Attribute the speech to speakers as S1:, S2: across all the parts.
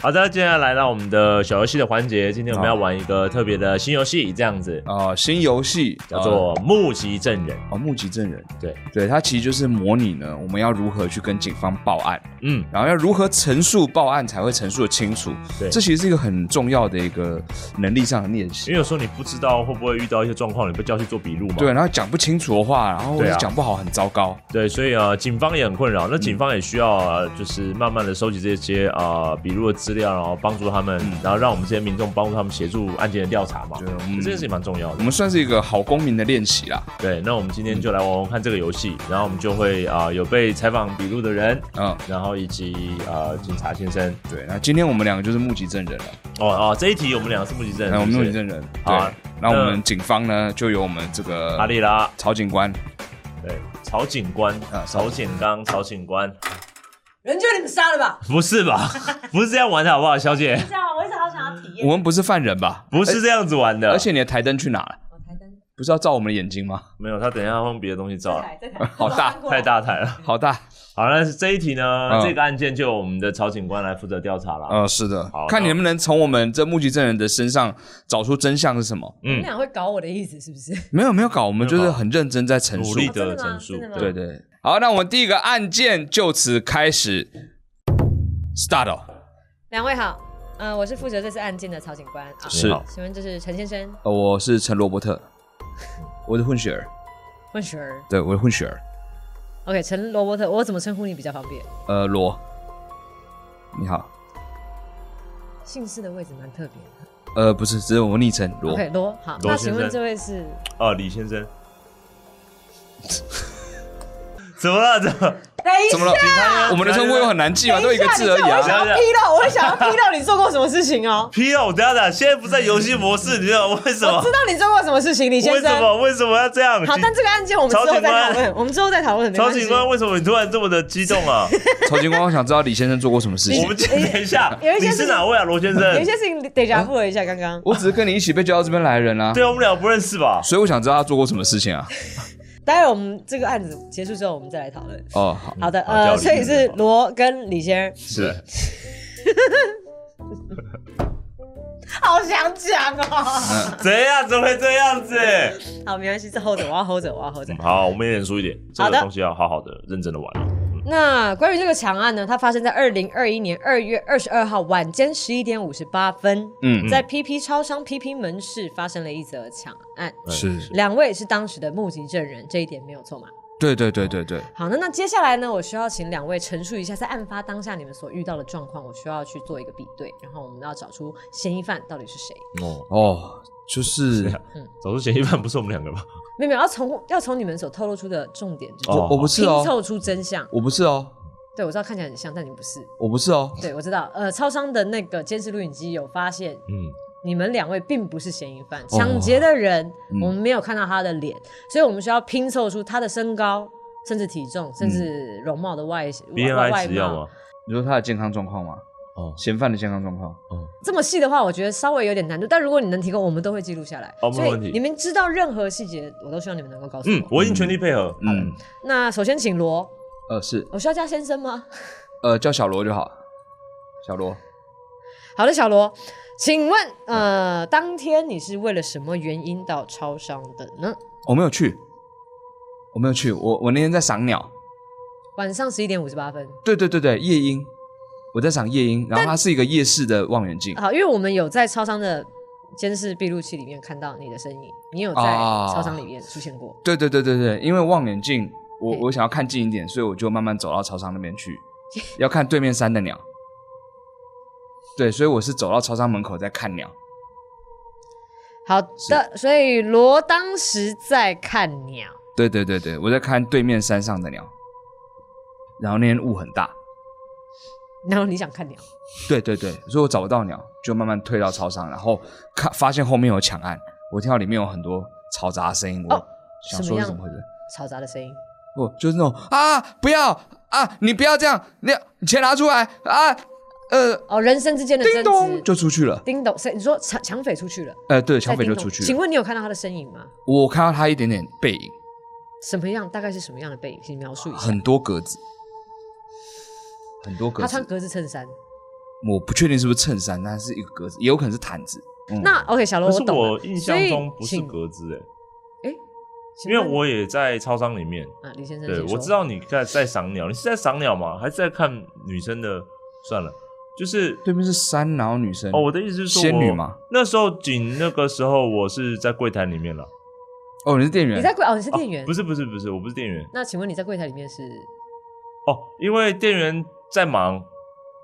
S1: 好的，接下来到我们的小游戏的环节，今天我们
S2: 好
S1: 要玩一个特别的新游戏，这样子
S2: 啊、新游戏哦
S1: 叫做目击证人。
S2: 呃哦目击证人，
S1: 对，
S2: 对，它其实就是模拟呢，我们要如何去跟警方报案，
S1: 嗯，
S2: 然后要如何陈述报案才会陈述的清楚，
S1: 对
S2: 这其实是一个很重要的一个能力上的练习
S1: 因。为有时候你不知道会不会遇到一些状况，你被叫去做笔录嘛。
S2: 对，然后讲不清楚的话，然后或
S1: 对
S2: 者
S1: 啊
S2: 讲不好很糟糕。
S1: 对，所以啊、呃警方也很困扰。那警方也需要、呃就是慢慢的收集这些啊、呃笔录的资料，然后帮助他们，然后让我们这些民众帮助他们协助案件的调查嘛。
S2: 对我们
S1: 哦这件事情蛮重要
S2: 我
S1: 的。
S2: 们算是一个好公民的练习啦。
S1: 对，那我们今天就来玩玩看这个游戏，然后我们就会啊、呃有被采访笔录的人，
S2: 嗯，
S1: 然后以及啊、呃警察先生。
S2: 对。那今天我们两个就是目击证人了，
S1: 哦哦，这一题我们两个是目击证人，
S2: 那我们
S1: 是
S2: 目
S1: 不
S2: 击
S1: 嗯是
S2: 证人。对
S1: 好啊。
S2: 那我们
S1: 那
S2: 警方呢，就由我们这
S1: 阿
S2: 个
S1: 丽拉，
S2: 曹警官。
S1: 对，曹警官
S2: 啊，
S1: 曹显刚，曹警官，
S3: 人就你们杀了吧！
S1: 不是吧？ 不是这样玩的好不好，小 姐？
S3: 这啊样，我一直好想要体验。
S2: 我们不是犯人吧？
S1: 不是这样子玩的，
S2: 而且你的台灯去哪了？
S3: 我哦台灯
S2: 不是要照我们的眼睛吗？
S1: 没有他，等一下要用别的东西照
S3: 这
S1: 了。
S3: 台这台
S2: 好大
S1: 太。大台了。
S2: 好大。
S1: 好，那这一题呢，
S2: 嗯
S1: 这个案件就由我们的曹警官来负责调查了。
S2: 呃，是的
S1: 好。
S2: 看
S1: 那
S2: 你能不能从我们这目击证人的身上找出真相是什么？
S3: 你们俩会搞我的意思是不是？
S2: 没有，没有搞，我们就
S1: 没
S2: 是
S1: 有搞
S2: 很认真在陈
S1: 努
S2: 述。
S1: 力
S3: 哦真
S1: 的
S3: 的吗
S1: 陈述
S3: 真的，吗
S2: 对对。好，那我们第一个案件就此开始，start。
S3: 两位好，呃，我是负责这次案件的曹警官啊，
S2: 是
S1: 你好
S3: 请问这是陈先生、
S2: 呃，我是陈罗伯特，我是混血儿，
S3: 混血儿
S2: 对，我是混血儿。
S3: ，OK，陈罗伯特，我怎么称呼你比较方便？
S2: 呃，罗，你好。
S3: 姓氏的位置蛮特别的
S2: 呃，不是，只是我昵称罗。
S3: ，OK，罗好，
S1: 罗
S3: 那
S1: 先
S3: 请问
S1: 生
S3: 这位是
S1: 哦，李先生， 怎么了？怎么？。
S3: 等一
S2: 怎么了？ 我们的称呼又很难记嘛，都一个字而已
S3: 我想
S2: 啊。
S3: 要批斗，我想要批斗你做过什么事情哦
S1: 批啊了我等一下等一下，现在不在游戏模式，你知道为什
S3: 我
S1: 么
S3: 知？道你做过什么事情，李先
S1: 为什
S3: 生。
S1: 么？为什么要这样？
S3: 好，但这个案件我们之
S1: 曹
S3: 后再
S1: 警官
S3: 讨论，我们之后再讨论。没
S1: 曹
S3: 关系
S1: 警官，为什么你突然这么的激动啊？
S2: 曹警官，我想知道李先生做过什么事
S1: 我
S2: 情
S1: 们。等一下，
S3: 有一些
S1: 你是
S3: 事情
S1: 哪位啊，罗先
S3: 有一
S1: 生？
S3: 些事情得加布了一下，刚刚。
S2: 我只是跟你一起被叫到这边来的人啊，
S1: 对啊，我们俩不认识吧？
S2: 所以我想知道他做过什么事情啊。
S3: 待会我们这个案子结束之后，我们再来讨论。
S2: 哦，好，
S3: 好的，
S1: 好叫
S3: 呃，
S1: 李
S3: 所以
S1: 先生
S3: 是罗跟李先生，
S2: 是。
S3: 好想讲哦。
S1: 怎样？怎么会这样子？
S3: 好，没关系，这 hold 着，我要 hold 着，我要 hold 着
S1: 嗯。好，我们也认输一点，这
S3: 好
S1: 个
S3: 的
S1: 东西要好好的、认真的玩。啊
S3: 那关于这个抢案呢，它发生在二零二一年二月二十二号晚间十一点五十八分，
S2: 嗯，
S3: 在 PP 超商 PP 门市发生了一则抢案，
S2: 是，
S3: 两位是当时的目击证人，这一点没有错嘛？
S2: 对对对对对，
S3: 好，那那接下来呢，我需要请两位陈述一下在案发当下你们所遇到的状况，我需要去做一个比对，然后我们要找出嫌疑犯到底是谁。
S1: 哦，
S2: 哦，就是
S1: 找出嫌疑犯不是我们两个吧？
S3: 没有，没有要从要从你们所透露出的重点之中、
S1: 哦
S2: 我我不是
S3: 拼
S2: 哦，
S3: 凑出真相。
S2: 我不是哦，
S3: 对，我知道看起来很像，但你 不是。
S2: 我不是哦，
S3: 对，我知道。呃，超商的那个监视录影机有发现，
S1: 嗯，
S3: 你们两位并不是嫌疑
S1: 哦
S3: 犯，抢劫的人、
S1: 嗯
S3: 我们没有看到他的脸，所以我们需要拼凑出他的身高。甚至体重，甚
S1: 嗯
S3: 至容貌的外形、外
S1: BNI
S3: 外
S1: 值要
S3: 貌
S1: 吗，？
S2: 你说他的健康状况吗？
S1: 哦
S2: 嫌犯的健康状况，
S3: 这么细的话，我觉得稍微有点难度。但如果你能提供，我们都会记录下来。
S1: 哦没
S3: 所
S1: 有问题
S3: 以你们知道任何细节，我都希望你们能够告诉我。
S1: 嗯，我已经全力配合。
S2: 嗯，
S3: 那首先请罗，
S2: 呃是，
S3: 我需要叫先生吗？
S2: 呃叫小罗就好，小罗，
S3: 好的，小罗，请问，呃，当天你是为了什么原因到超商的呢？
S2: 我没有去，我没有去，我我那天在赏鸟，
S3: 晚上十一点五十八分。
S2: 对对对对，夜鹰，我在赏夜鹰，然后它是一个夜视的望远镜，
S3: 好，因为我们有在超商的监视闭路器里面看到你的身影，你有在
S2: 啊
S3: 超商里面出现过。
S2: 对对对对对，因为望远镜，我
S3: 嗯
S2: 我想要看近一点，所以我就慢慢走到操场那边 去，要看对面山的鸟。对，所以我是走到操场门口在看鸟。
S3: 好的，所以罗当时在看鸟。
S2: 对对对对，我在看对面山上的鸟。然后那天雾很大，
S3: 然后你想看鸟，
S2: 对对对，所以我找不到鸟，就慢慢退到操场，然后看发现后面有抢案，我听到里面有很多嘈杂声音，
S3: 哦
S2: 我想
S3: 什么
S2: 说
S3: 样
S2: 是怎么回事？
S3: 嘈杂的声音。
S2: 不，就是那种啊，不要啊，你不要这样，你你钱拿出来啊，呃，
S3: 哦，人生之间的
S2: 叮
S3: 争
S2: 咚
S3: 执。
S2: 就出去了。
S3: 叮咚，谁？你说抢抢匪出去了，
S2: 呃，对，
S3: 在
S2: 抢匪就
S3: 叮咚
S2: 出去
S3: 请
S2: 了。
S3: 问你有看到他的身影吗？
S2: 我看到他一点点背影，
S3: 什么样？大概是什么样的背影？请描述一下。
S2: 很多格子，很多格
S3: 他穿
S2: 子。
S3: 格子衬衫，
S2: 我不确定是不是衬衫，但是一个格子，也有可能是毯子。
S3: 那 OK，小罗，
S1: 嗯可是
S3: 懂了。
S1: 我印象中不是
S3: 所以请
S1: 格子诶、
S3: 哎，请
S1: 因为
S3: 问
S1: 我也在超商里面。
S3: 啊，李先生，
S1: 对，
S3: 请说
S1: 我知。道你在在赏鸟，你是在赏鸟吗？还是在看女生的？算了，就是
S2: 对面是山，然后女生
S1: 哦，我的意思是说，
S2: 仙女嘛。
S1: 那时候仅那个时候，我是在柜台里面了。
S2: 哦，你是店员
S3: 你在柜哦，你是店
S1: 啊
S3: 员
S1: 不。是不是不是，我不是店员
S3: 那请问你在柜台里面是？
S1: 哦，因为店员在忙，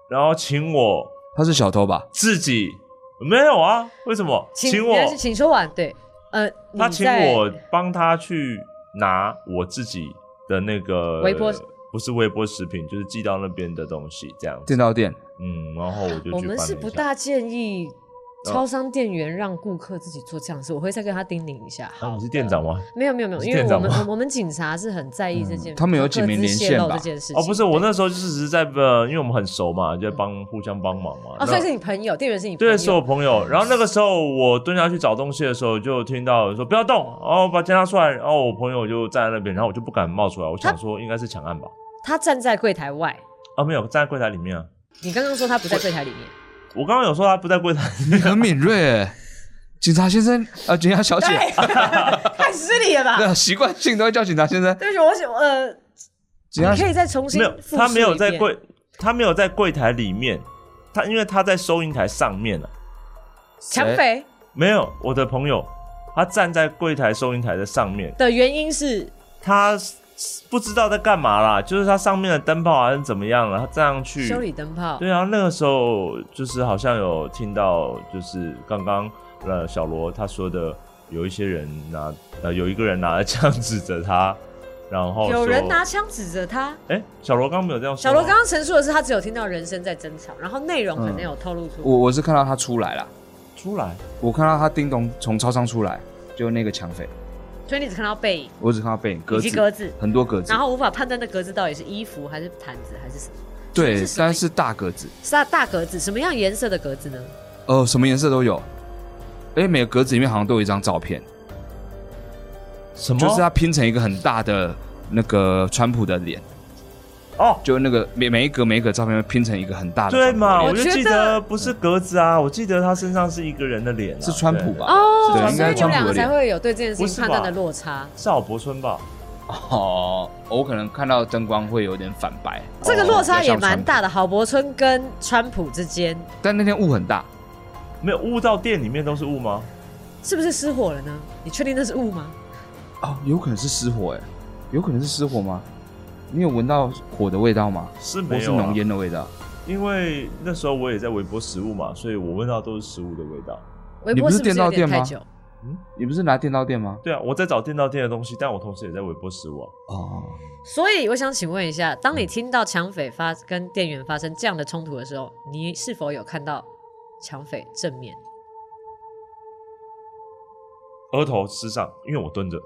S1: 然后请我
S2: 他是小偷吧？
S1: 自己没有啊？为什么？请我
S3: 原来是请说完。对，呃，
S1: 他
S3: 你
S1: 请
S3: 在
S1: 我帮他去拿我自己的那个
S3: 微波
S1: 不是微波食品，就是寄到那边的东西这样子。
S2: 电到店，
S1: 嗯，然后我就去
S3: 我们
S1: 翻
S3: 是
S1: 了一
S3: 不
S1: 下哦
S3: 大建议超商店员让顾客自己做这样的事，我会再跟他叮咛一下。
S1: 啊，你是店长吗？
S3: 没有没有没有，
S1: 是
S3: 因为
S1: 店
S3: 我
S1: 长
S3: 们
S1: 吗
S3: 我我们警察是很在意这件，
S2: 嗯他们有
S3: 顾客
S2: 警民
S3: 资
S2: 连
S3: 泄
S2: 线
S3: 露
S2: 吧
S3: 这件事情。
S1: 哦，不是，我
S3: 对
S1: 那时候就是只是在呃，因为我们很熟嘛，就在帮互相帮忙嘛。
S3: 哦，所以
S1: 那
S3: 是你朋友，店员是你朋友。
S1: 对，是我朋友。然后那个时候我蹲下去找东西的时候，就听到有说不要动，然后把钱拿出来。然后我朋友就站在那边，然后我就不敢冒出来，我想
S3: 啊
S1: 说应该是抢案吧。
S3: 他站在柜台外，
S1: 啊，没有，站在柜台里面啊。
S3: 你刚刚说他不在柜台里面，
S1: 我刚刚有说他不在柜台里面，
S2: 很敏锐耶。警察先生啊，警察小姐，
S3: 对， 太失礼了吧？
S2: 那习惯性都会叫警察先生。
S3: 对不起，我想呃，
S2: 警察
S3: 你可以再重新
S1: 没有，
S3: 复述
S1: 他没有
S3: 一
S1: 在
S3: 遍
S1: 柜，他没有在柜台里面，他因为他在收银台上面啊。
S3: 抢匪
S1: 没有，我的朋友，他站在柜台收银台的上面，
S3: 的原因是
S1: 他不知道在干嘛啦，就是他上面的灯泡还是怎么样了，他站上去
S3: 修理灯泡。
S1: 对啊，那个时候就是好像有听到，就是刚刚呃小罗他说的，有一些人拿呃有一个人 拿着枪指着他，然后
S3: 有
S1: 说
S3: 人拿枪指着他。
S1: 哎、小罗刚刚没有这样说，
S3: 小罗刚。刚陈述的是，他只有听到人声在争吵，然后内容可能
S2: 嗯
S3: 有透露出。
S2: 我我是看到他出来了，
S1: 出来，
S2: 我看到他叮咚从超商出来，就那个抢匪，
S3: 所以你只看到背影
S2: 我只看到背影，格
S3: 以
S2: 子
S3: 及格子，
S2: 很多格子
S3: 然，后无法判断那格子到底是衣服还是毯子还是什么，
S2: 对
S3: 是，什么
S2: 但是大格子，
S3: 是大大格子，什么样颜色的格子呢？
S2: 呃，什么颜色都有。哎，每个格子里面好像都有一张照片，
S1: 什么？
S2: 就是它拼成一个很大的那个川普的脸，
S1: 哦，
S2: 就那个每每一格每一格照片会拼成一个很大的
S1: 对
S2: 川普
S1: 嘛，
S2: 脸
S1: 我
S3: 我
S1: 就
S3: 觉
S1: 记
S3: 得
S1: 得不是格子啊，我记得他身上是一个人的脸、啊，
S2: 是川普
S1: 对？
S2: 吧？
S3: 哦
S1: 是川普的脸
S3: 所以你们两个才会有对这件事
S1: 不是
S3: 情
S1: 吧
S3: 判断的落差。
S1: 是郝柏村吧？
S2: 哦，我可能看到灯光会有点反白，哦
S3: 这个落差也蛮
S2: 比较像川
S3: 大的，郝柏村跟川普之间
S2: 普，但那天雾很大，
S1: 没有雾到店里面都是雾吗？
S3: 是不是失火了呢？你确定那是雾吗？
S2: 哦，有可能是失火哎，有可能是失火吗？你有闻到火的味道吗？
S1: 是
S2: 或
S1: 没
S2: 是
S1: 有、啊
S2: 浓，烟的味道？
S1: 因为那时候我也在微波食物嘛，所以我闻到都是食物的味道。
S3: 微
S2: 你
S3: 波
S2: 不是
S3: 是不是
S2: 电到
S3: 有点
S2: 店
S3: 太
S2: 吗
S3: 久？
S2: 你不是拿电刀电吗？
S1: 对啊，我在找店到店的东西，但我同时也在微波食物、啊。
S2: 哦，
S3: 所以我想请问一下，当
S1: 嗯
S3: 你听到抢匪发跟店员发生这样的冲突的时候，你是否有看到抢匪正面？
S1: 额头之上，因为我蹲着，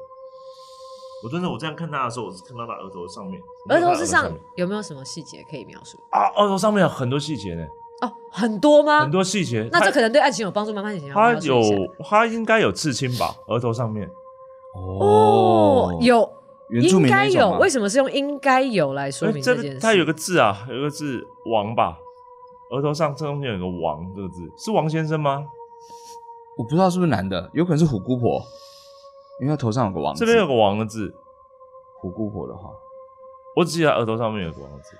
S1: 我蹲着，我这样看他的时候，我是看到他额头上面，
S3: 额
S1: 我看到
S3: 头
S1: 他
S3: 之
S1: 的
S3: 上
S1: 面
S3: 有没有什么细节可以描述？
S1: 啊，额头上面有很多细节呢，
S3: 哦，很多吗？
S1: 很多细节。
S3: 那这可
S1: 能
S3: 能对爱情有帮助，慢慢请
S1: 他
S3: 描述一下
S1: 有他应该有刺青吧，额头上面
S3: 哦，有
S2: 原住民
S3: 应该
S2: 那种
S3: 有，
S2: 吗
S3: 为什么是用应该有来说
S1: 哎
S3: 明
S1: 这
S3: 件事？
S1: 他有个字啊，有个字王吧，额头上正中间有个王这个字，是王先生吗？
S2: 我不知道是不是男的，有可能是虎姑婆，因为她头上有个王字。
S1: 这边有个王的字，
S2: 虎姑婆的话，
S1: 我只记得他额头上面有个王字。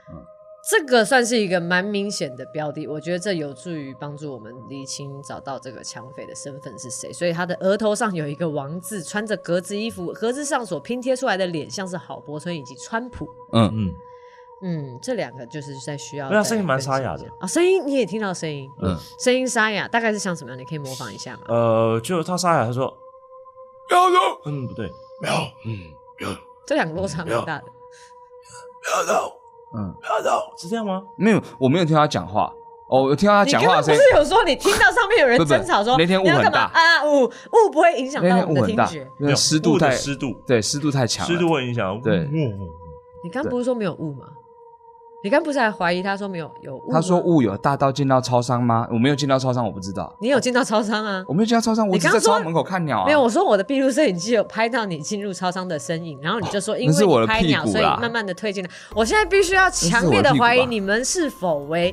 S3: 这个算是一个蛮明显的标的，我觉得这有助于帮助我们厘清找到这个抢匪的身份是谁。所以他的额头上有一个王字，穿着格子衣服，格子上所拼贴出来的脸像是郝柏村以及川普。
S2: 嗯，
S1: 嗯，
S3: 嗯，这两个就是在需要再
S1: 对
S3: 更
S1: 啊
S3: 细讲。
S1: 声音蛮沙哑的
S3: 啊，声音你也听到声音，
S2: 嗯
S3: 声音沙哑，大概是像什么样？你可以模仿一下吗？
S1: 呃，就他沙哑，他说，
S2: 要走，
S1: 嗯，不对，
S2: 不要，嗯，
S3: 这两个落差蛮大的。
S1: 不要走，
S2: 嗯，
S1: 不要走，是这样吗？
S2: 没有，我没有听到她讲话，哦，我听到她
S3: 你
S2: 讲
S3: 刚
S2: 话
S3: 刚
S2: 的
S3: 不
S2: 声音
S3: 是，有说你听到上面有人
S2: 不不
S3: 争吵说
S2: 那天雾
S3: 你要干
S2: 很
S3: 嘛
S2: 大
S3: 啊？雾雾不会影响
S2: 那
S3: 到我
S2: 天雾
S3: 们的
S2: 很
S3: 听
S2: 大
S3: 觉。，
S2: 那湿
S1: 雾
S2: 度
S1: 的
S2: 太，
S1: 湿度，
S2: 对，湿度太强了，
S1: 湿度会影响。
S2: 对
S1: 嗯
S3: 你刚
S2: 对
S3: 不是说没有雾吗？你刚不是还怀疑他说没有有雾？
S2: 他说，雾有大到进到超商吗？我没有进到超商，我不知道。
S3: 你有进到超商啊？
S2: 我没有进到超商，我
S3: 你
S2: 只是
S3: 刚
S2: 在
S3: 刚
S2: 超
S3: 说
S2: 商门口看鸟啊。
S3: 没有，我说我的闭路摄影机有拍到你进入超商的身影，然后你就说因
S2: 哦那是
S3: 为
S2: 我的
S3: 你拍鸟，
S2: 屁股
S3: 所以
S2: 啦
S3: 慢慢的推进来。我现在必须要强烈的怀疑你们是否为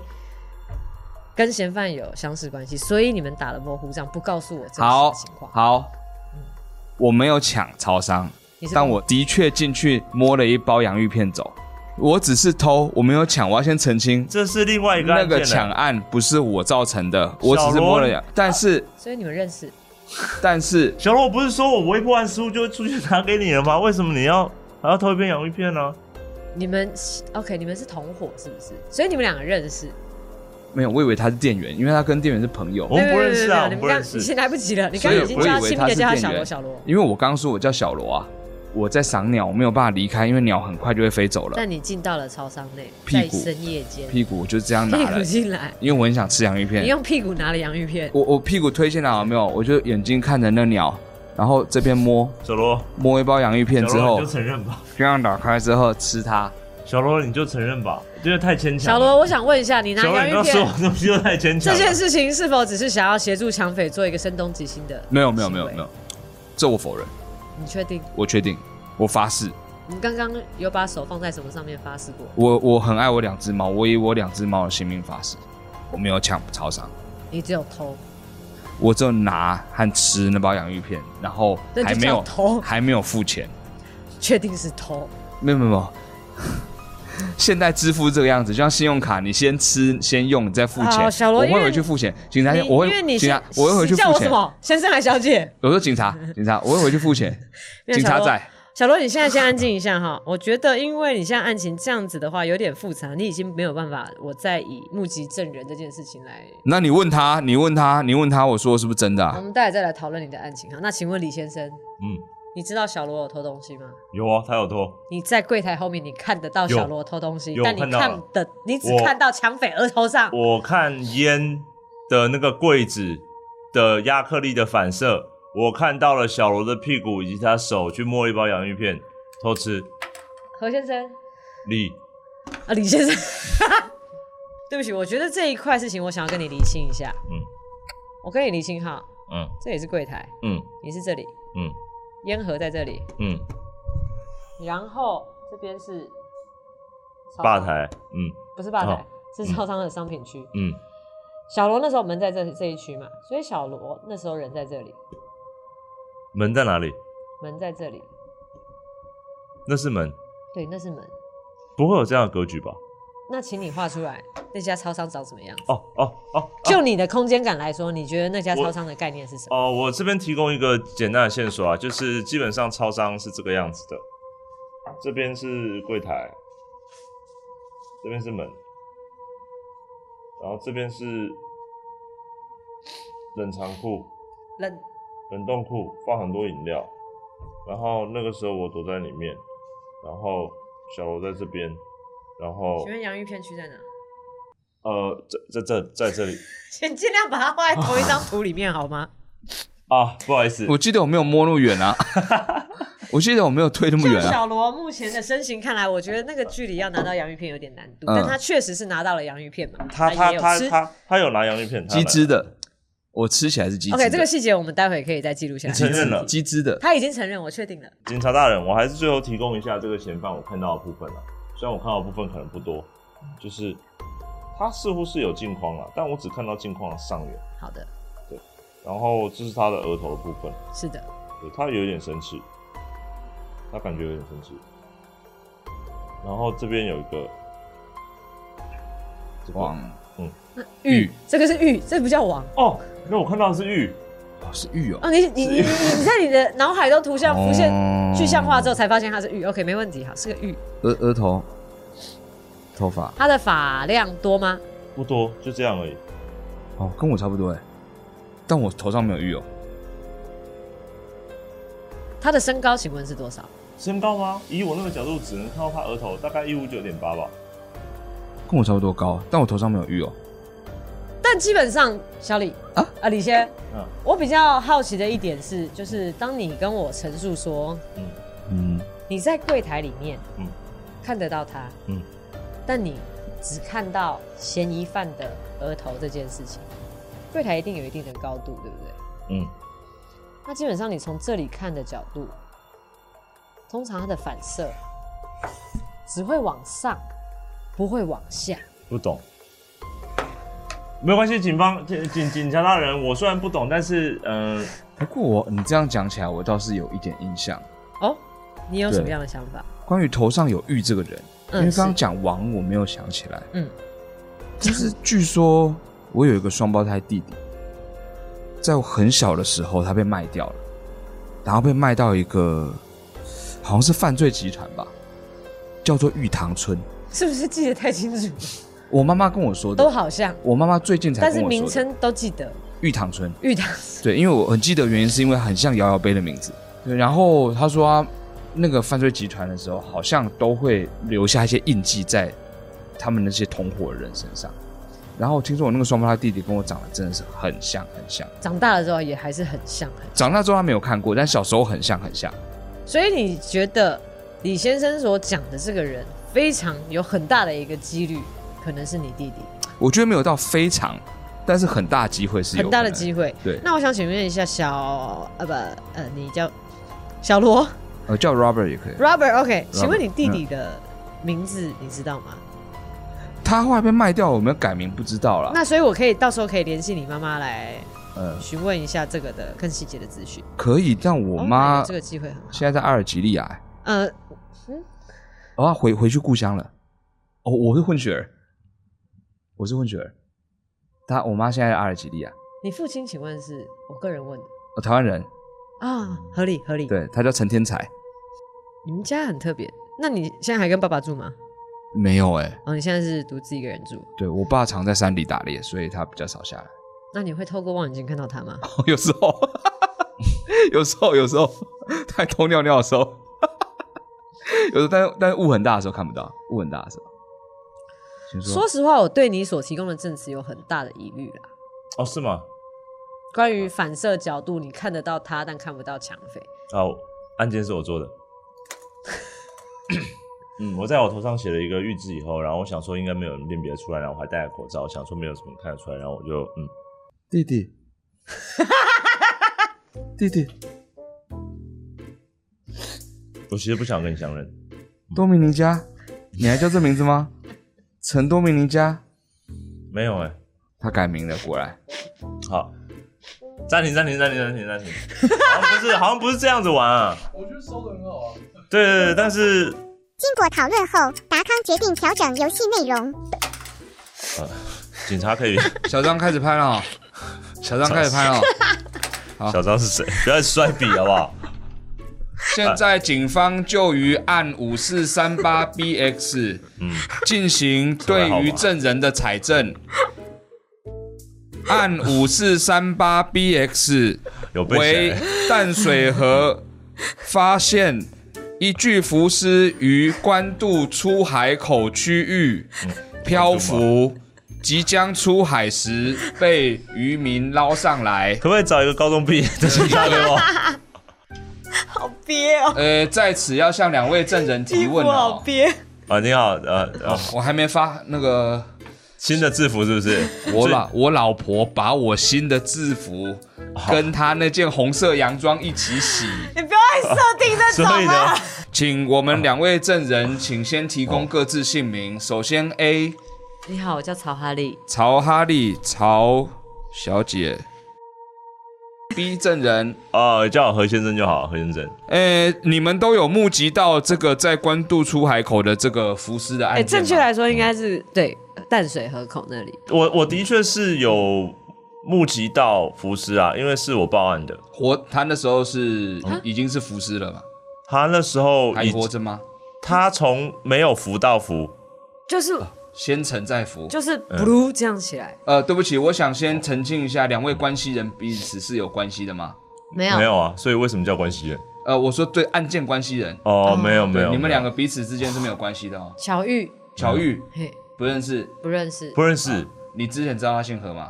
S3: 跟嫌犯有相似关系，所以你们打了模糊仗，不告诉我真实
S2: 好
S3: 的情况。
S2: 好，我没有抢超商
S3: 你，是
S2: 但我的确进去摸了一包洋芋片走。我只是偷，我没有抢，我要先澄清，
S1: 这是另外一个案
S2: 那
S1: 件
S2: 个啊
S1: 了
S2: 抢案不是我造成的，我只是摸了洋，但是
S3: 所以你们认识？
S2: 但是
S1: 小罗，我不是说我微破案书就会出去拿给你了吗？为什么你要还要偷一片洋芋片呢？
S3: 你们 OK？你们是同伙是不是？所以你们两个认识？
S2: 没有，我以为他是店员，因为他跟店员是朋友
S1: 我，们不认识啊
S3: 没有没有没有你
S1: 我们不
S3: 刚
S1: 认识
S3: 你现在来不及了，你
S2: 所
S3: 刚
S2: 以
S3: 刚已经叫他
S2: 我以为
S3: 亲
S2: 他
S3: 密
S2: 是
S3: 的叫他小
S2: 店
S3: 罗
S2: 员
S3: 小罗，
S2: 因为我刚说我叫小罗啊，我在赏鸟，我没有办法离开，因为鸟很快就会飞走了，
S3: 但你进到了超商内，
S2: 屁
S3: 在
S2: 股
S3: 深夜间，
S2: 屁股我就这 样拿
S3: 屁
S2: 了
S3: 股，进来，
S2: 因为我很想吃洋芋
S3: 你
S2: 片，
S3: 用屁股拿了洋芋片，
S2: 我我屁股推进来有没有？我就眼睛看着那鸟，然后这边摸
S1: 小罗，
S2: 摸一包洋芋片
S1: 小
S2: 之
S1: 罗
S2: 后
S1: 你就，承认吧，
S2: 这样打开之后吃它，
S1: 小罗你就承认吧，这就太牵
S3: 小
S1: 强了。
S3: 罗，我想问一下，你拿
S1: 小罗，
S3: 洋
S1: 你刚
S3: 芋
S1: 刚说
S3: 片
S1: 我东西就太牵强
S3: 这
S1: 了。
S3: 件事情是否只是想要协助抢匪做一个声东击西的？
S2: 没有没有没有没有，，这我否认，
S3: 你确定？
S2: 我确定，我发誓，
S3: 你刚刚有把手放在什么上面发誓过？
S2: 我我很爱我两只猫，我以我两只猫的性命发誓，我没有抢超商。
S3: 你只有偷，
S2: 我就拿和吃那包洋芋片，然后
S3: 那就
S2: 还没有
S3: 叫 偷
S2: 还没有付钱，
S3: 确定是偷。
S2: 没有没有没有。 现在支付这个样子，就像信用卡，你先吃先用，你再付
S3: 好
S2: 钱。
S3: 啊小罗
S2: 我
S3: 因
S2: 会
S3: 为
S2: 回去付钱。警察，
S3: 你
S2: 我会
S3: 因为你
S2: 警察
S3: 先，
S2: 我会回去
S3: 你叫
S2: 付
S3: 我什
S2: 钱。
S3: 么先生还小姐？
S2: 我说警 察，警察，我会回去付钱。
S3: 没有
S2: 警
S3: 小
S2: 察
S3: 罗
S2: 在，
S3: 小罗，你现在先安静一下哈。我觉得，因为你现在案情这样子的话，有点复杂，你已经没有办法，我再以目击证人这件事情来。
S2: 那你问他，你问他，你问他，我说是不是真的、
S3: 我
S2: 啊？
S3: 们待会再来讨论你的案情哈。那请问李先生，
S1: 嗯，
S3: 你知道小罗有偷东西吗？
S1: 有啊，他有偷。
S3: 你在柜台后面，你看得到
S1: 有
S3: 小罗偷东西
S1: 有，
S3: 但你
S1: 看到了
S3: 看的，你只
S1: 我
S3: 看到抢匪额头上。
S1: 我看烟的那个柜子的亚克力的反射，我看到了小罗的屁股以及他手去摸一包洋芋片偷吃。
S3: 何先生，
S1: 你
S3: 啊，李先生， 对不起，我觉得这一块事情我想要跟你厘清一下。嗯
S1: 嗯，
S3: 我跟你厘清哈，
S1: 嗯
S3: 这也是柜台，
S1: 嗯
S3: 你是这里，
S1: 嗯
S3: 烟盒在这里，
S1: 嗯，
S3: 然后这边是超商
S1: 吧，台，嗯
S3: 不是吧台，
S1: 哦
S3: 是超商的商品区。
S1: 嗯，
S3: 小罗那时候门在这这一区嘛，所以小罗那时候人在这里，
S1: 门在哪里？
S3: 门在这里，
S1: 那是门，
S3: 对，那是门。
S1: 不会有这样的格局吧？
S3: 那请你画出来那家超商长什么样子？
S1: 哦哦哦
S3: 就你的空间感来说，你觉得那家
S1: 我
S3: 超商的概念是什么？
S1: 哦，我这边提供一个简单的线索啊，就是基本上超商是这个样子的，这边是柜台，这边是门，然后这边是冷藏库、
S3: 冷
S1: 哦冷冻库，放很多饮料，然后那个时候我躲在里面，然后小罗在这边，然后
S3: 请问洋芋片区在哪？
S1: 呃，在在这在这里
S3: 请尽量把它画在同一张图里面好吗？
S1: 啊，不好意
S3: 嗯
S1: 思，
S2: 我记得我没有摸那么远啊， 我记得我没有推那
S1: 哦
S2: 么
S3: 就
S2: 远啊。
S3: 小罗目前的身形看来，我觉得那个距离要拿到洋芋片有点难度，
S2: 嗯
S3: 但他确实是拿到了洋芋片嘛，
S1: 他他
S3: 也有
S1: 他
S3: 吃。
S1: 他他有拿洋芋片，他
S2: 鸡
S1: 拿
S2: 汁的，我吃起来是鸡汁的。
S3: OK，这个细节我们待会可以再记录下
S1: 承
S2: 鸡
S1: 你
S3: 来。
S1: 认
S2: 汁
S1: 了
S2: 的鸡汁的，
S3: 他已经承认，我确定了。
S1: 警察大人，我还是最后提供一下这个嫌犯我看到的部分啊，虽然我看到的部分可能不多，就是他似乎是有镜框了，但我只看到镜框的上缘，
S3: 好的，
S1: 然后这是他的额头的部分，
S3: 是的，
S1: 对他有点生气，他感觉有点生气，然后这边有一个，这个
S2: 哇，
S3: 玉
S2: 玉，
S3: 这个是玉，这不叫王
S1: 哦，那我看到的是玉，
S2: 哦是玉哦
S3: 哦。。你你你你你在你的脑海中图像浮现
S2: 哦
S3: 具象化之后，才发现它是玉。OK，没问题，好，是个玉。
S2: 额额头、头发
S3: 它的发量多吗？
S1: 不多，就这样而已。
S2: 哦，跟我差不多哎，但我头上没有玉哦，
S3: 它的身高请问是多少？
S1: 身高吗？以我那个角度，只能看到他额头，大概一五九点八吧。
S2: 跟我差不多高，但我头上没有玉哦。
S3: 但基本上，小李啊
S2: 啊
S3: 啊，李先，
S1: 嗯
S3: 我比较好奇的一点是，就是当你跟我陈述说
S1: 嗯，
S2: 嗯，
S3: 你在柜台里面，嗯
S1: 嗯，
S3: 看得到他，嗯
S1: 嗯，
S3: 但你只看到嫌疑犯的额头这件事情，柜台一定有一定的高度，对不对？
S1: 嗯，
S3: 那基本上你从这里看的角度，通常它的反射只会往上，不会往下。
S1: 不懂。没有关系，警方警警警察大人，我虽然不懂，但是嗯、呃
S2: 不过我你这样讲起来，我倒是有一点印象。
S3: 哦，你有
S2: 对
S3: 什么样的想法？
S2: 关于头上有玉这个人，
S3: 嗯
S2: 因为刚刚
S3: 是
S2: 讲王，我没有想起来。
S3: 嗯，
S2: 就是据说我有一个双胞胎弟弟，在我很小的时候，他被卖掉了，然后被卖到一个好像是犯罪集团吧，叫做玉堂村。
S3: 是不是记得太清楚？
S2: 我妈妈跟我说
S3: 都
S2: 的，
S3: 好像，
S2: 我妈妈最近才
S3: 但
S2: 跟我
S3: 是
S2: 说的
S3: 名称都记得。
S2: 玉堂村。
S3: 玉堂
S2: 对，因为我很记得原因是因为很像摇摇杯的名字。对，然后他说他那个犯罪集团的时候，好像都会留下一些印记在他们那些同伙人身上。然后听说我那个双胞胎弟弟跟我长得真的是很像很像，
S3: 长大了之后也还是很像很
S2: 长大之后他没有看过，但小时候很像很像。
S3: 所以你觉得李先生所讲的这个人，非常有很大的一个几率，可能是你弟弟，
S2: 我觉得没有到非常，但是很大机会是有
S3: 很大的
S2: 可能
S3: 机会。
S2: 对
S3: 那我想请问一下小呃不呃，你叫小罗
S2: 呃叫 Robert 也可以。
S3: Robert，OK？、请问
S2: Robert，
S3: 你弟弟的名字你知道吗？
S2: 他后来被卖掉，有没有改名不知道啦。
S3: 那所以我可以到时候可以联系你妈妈来
S2: 呃
S3: 询问一下这个的更细节的资讯。
S2: 可以，但我妈
S3: 哦这个机会很好。
S2: 现在在阿尔及利亚、欸
S3: 呃，
S2: 哦，回回去故乡了。哦，我是混血儿，我是混血儿。他我妈现在在阿尔及利亚，
S3: 你父亲请问是我个人问的
S2: 哦，台湾人，
S3: 啊？合理合理。
S2: 对他叫陈天才。
S3: 你们家很特别。那你现在还跟爸爸住吗？
S2: 没有哎、
S3: 哦，你现在是独自一个人住，
S2: 对我爸常在山里打猎，所以他比较少下来。
S3: 那你会透过望远镜看到他吗？
S2: 有时候， 有时候，有时候，他偷尿尿的时候， 有时候，但是但是雾很大的时候看不到，雾很大的时候。请说
S3: 说实话，我对你所提供的证词有很大的疑虑啦。
S1: 哦是吗？
S3: 关
S2: 哦
S3: 于反射角度，你看得到他，但看不到抢匪。
S1: 好，案件是我 做的。嗯，我在我头上写了一个预知以后，然后我想说应该没有人辨别出来，然后我还戴了口罩，想说没有什么看得出来，然后我就嗯，
S2: 弟弟，弟弟，
S1: 我其实不想跟你相认。
S2: 多米尼加，你还叫这名字吗？陈多米尼加，
S1: 没有哎、
S2: 他改名了，果然。
S1: 好，暂停，暂停，暂停，暂停，暂停。好像不是，好像不是这样子玩啊。我觉得收的很好啊。对对对，但是
S4: 经过讨论后，达康决定调整游戏内容。
S1: 警察可以，
S2: 小张开始拍了哦，小张开始拍了哦。好
S1: 小张是谁？不要摔笔好不好？
S2: 现在警方就于按五四三八 BX
S1: 嗯，
S2: 进 行对于证人的采证。按五四三八 BX
S1: 有背
S2: 为
S1: 起来。
S2: 淡水河发现一具浮尸于关渡出海口区域漂浮，即将出海时被渔民捞上来。
S1: 可不可以找一个高中毕业的警察给 我？
S5: 好憋哦，
S2: 呃，在此要向两位证人提
S5: 衣服
S2: 问
S5: 好
S2: 哦。
S5: 憋。
S1: 啊，你好，呃呃，
S2: 我还没发那个，
S1: 新的制服是不是？
S2: 我
S1: 所以
S2: 老我老婆把我新的制服跟她那件红色洋装一起洗，
S5: 你不要再设定这
S1: 所
S5: 种
S1: 以呢
S5: 啊！
S2: 请我们两位证人，请先提供各自姓名。首先 A
S3: 你好，我叫曹哈利。
S2: 曹哈利曹小姐，B 证人，
S1: 哦，叫我何先生就好，何先生。
S2: 呃，你们都有目击到这个在关渡出海口的这个浮尸的案
S3: 哎、
S2: 件吗
S3: 正确来说应该是嗯对淡水河口那里。
S1: 我我的确是有目击到浮尸啊，因为是我报案的。
S2: 活，他那时候是
S1: 啊
S2: 已经是浮尸了嘛？
S1: 他那时候
S2: 还
S1: 已
S2: 活着吗？
S1: 他从没有浮到浮，
S3: 就是
S2: 啊先沉再浮。
S3: 就是 blue 这样起来，
S2: 呃，对不起，我想先澄清一下，两位关系人彼此是有关系的吗？
S3: 没有
S1: 没有啊，所以为什么叫关系人？
S2: 呃，我说对，案件关系人，
S1: 哦，没有没有，
S2: 对，你们
S1: 没有
S2: 两个彼此之间是没有关系的哦。
S3: 巧遇，
S2: 巧遇
S3: 嘿，
S2: 不认识，
S3: 不认识。
S1: 不认识，
S2: 你之前知道他姓何吗？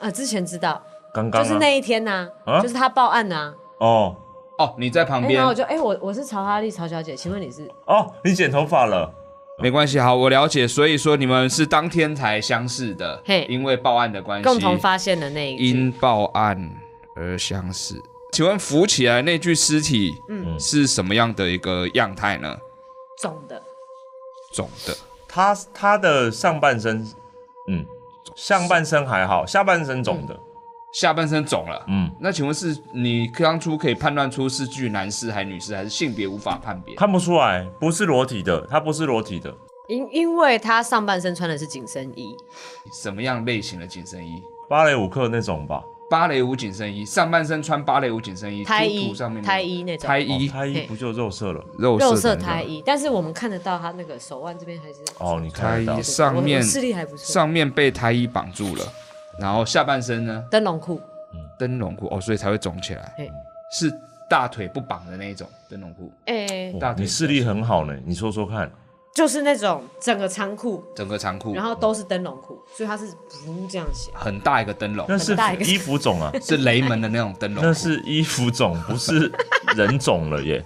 S3: 呃，之前知道，
S1: 刚刚
S3: 就
S1: 啊
S3: 是那一天呐、
S1: 啊
S3: 就是他报案呐、
S1: 哦
S2: 哦，你在旁
S3: 哎、
S2: 边
S3: 然后，我就哎、我我是曹哈利曹小姐，请问你是？
S1: 哦，你剪头发了，
S2: 没关系，好，我了解。所以说你们是当天才相识的
S3: 嘿，
S2: 因为报案的关系，
S3: 共同发现的那一句
S2: 因报案而相识。请问浮起来那具尸体，
S1: 嗯
S2: 是什么样的一个样态呢？
S3: 总的
S2: 肿的，
S1: 他他的上半身，嗯，上半身还好，下半身肿
S3: 嗯
S1: 的，
S2: 下半身肿了。
S1: 嗯，
S2: 那请问是你当初可以判断出是具男士还是女士，还是性别无法判别？
S1: 看不出来，不是裸体的，它不是裸体的，
S3: 因因为他上半身穿的是紧身衣，
S2: 什么样类型的紧身衣？
S1: 芭蕾舞课那种吧，
S2: 芭蕾舞紧身衣，上半身穿芭蕾舞紧身衣，
S3: 胎
S2: 图
S3: 衣
S2: 图上面、那
S3: 胎
S2: 个
S3: 衣那种
S2: 胎
S1: 哦
S2: 衣、
S1: 胎衣
S3: 嘿
S1: 不就肉色了？
S2: 肉
S3: 肉
S2: 色
S3: 色
S2: 的那
S3: 胎
S2: 个
S3: 衣，但是我们看得到他那个手腕这边还是
S1: 哦，你
S2: 胎
S1: 看得到
S2: 衣，上面
S3: 我视力还不错
S2: 上面被胎衣绑住了，然后下半身呢
S3: 灯笼裤，
S2: 灯笼裤哦，所以才会肿起来，
S3: 嘿，
S2: 是大腿不绑的那一种灯笼裤，
S3: 哎、
S1: 哇哦你视力很好呢，你说说看，
S3: 就是那种整个仓库，
S2: 整个长裤，
S3: 然后都是灯笼裤，所以它是噗这样写。
S2: 很大一个灯笼，
S1: 那是
S3: 很大一个
S1: 衣服肿 啊，
S2: 是雷门的那种灯笼
S1: 那
S2: 裤。
S1: 是衣服肿，不是人肿了 耶。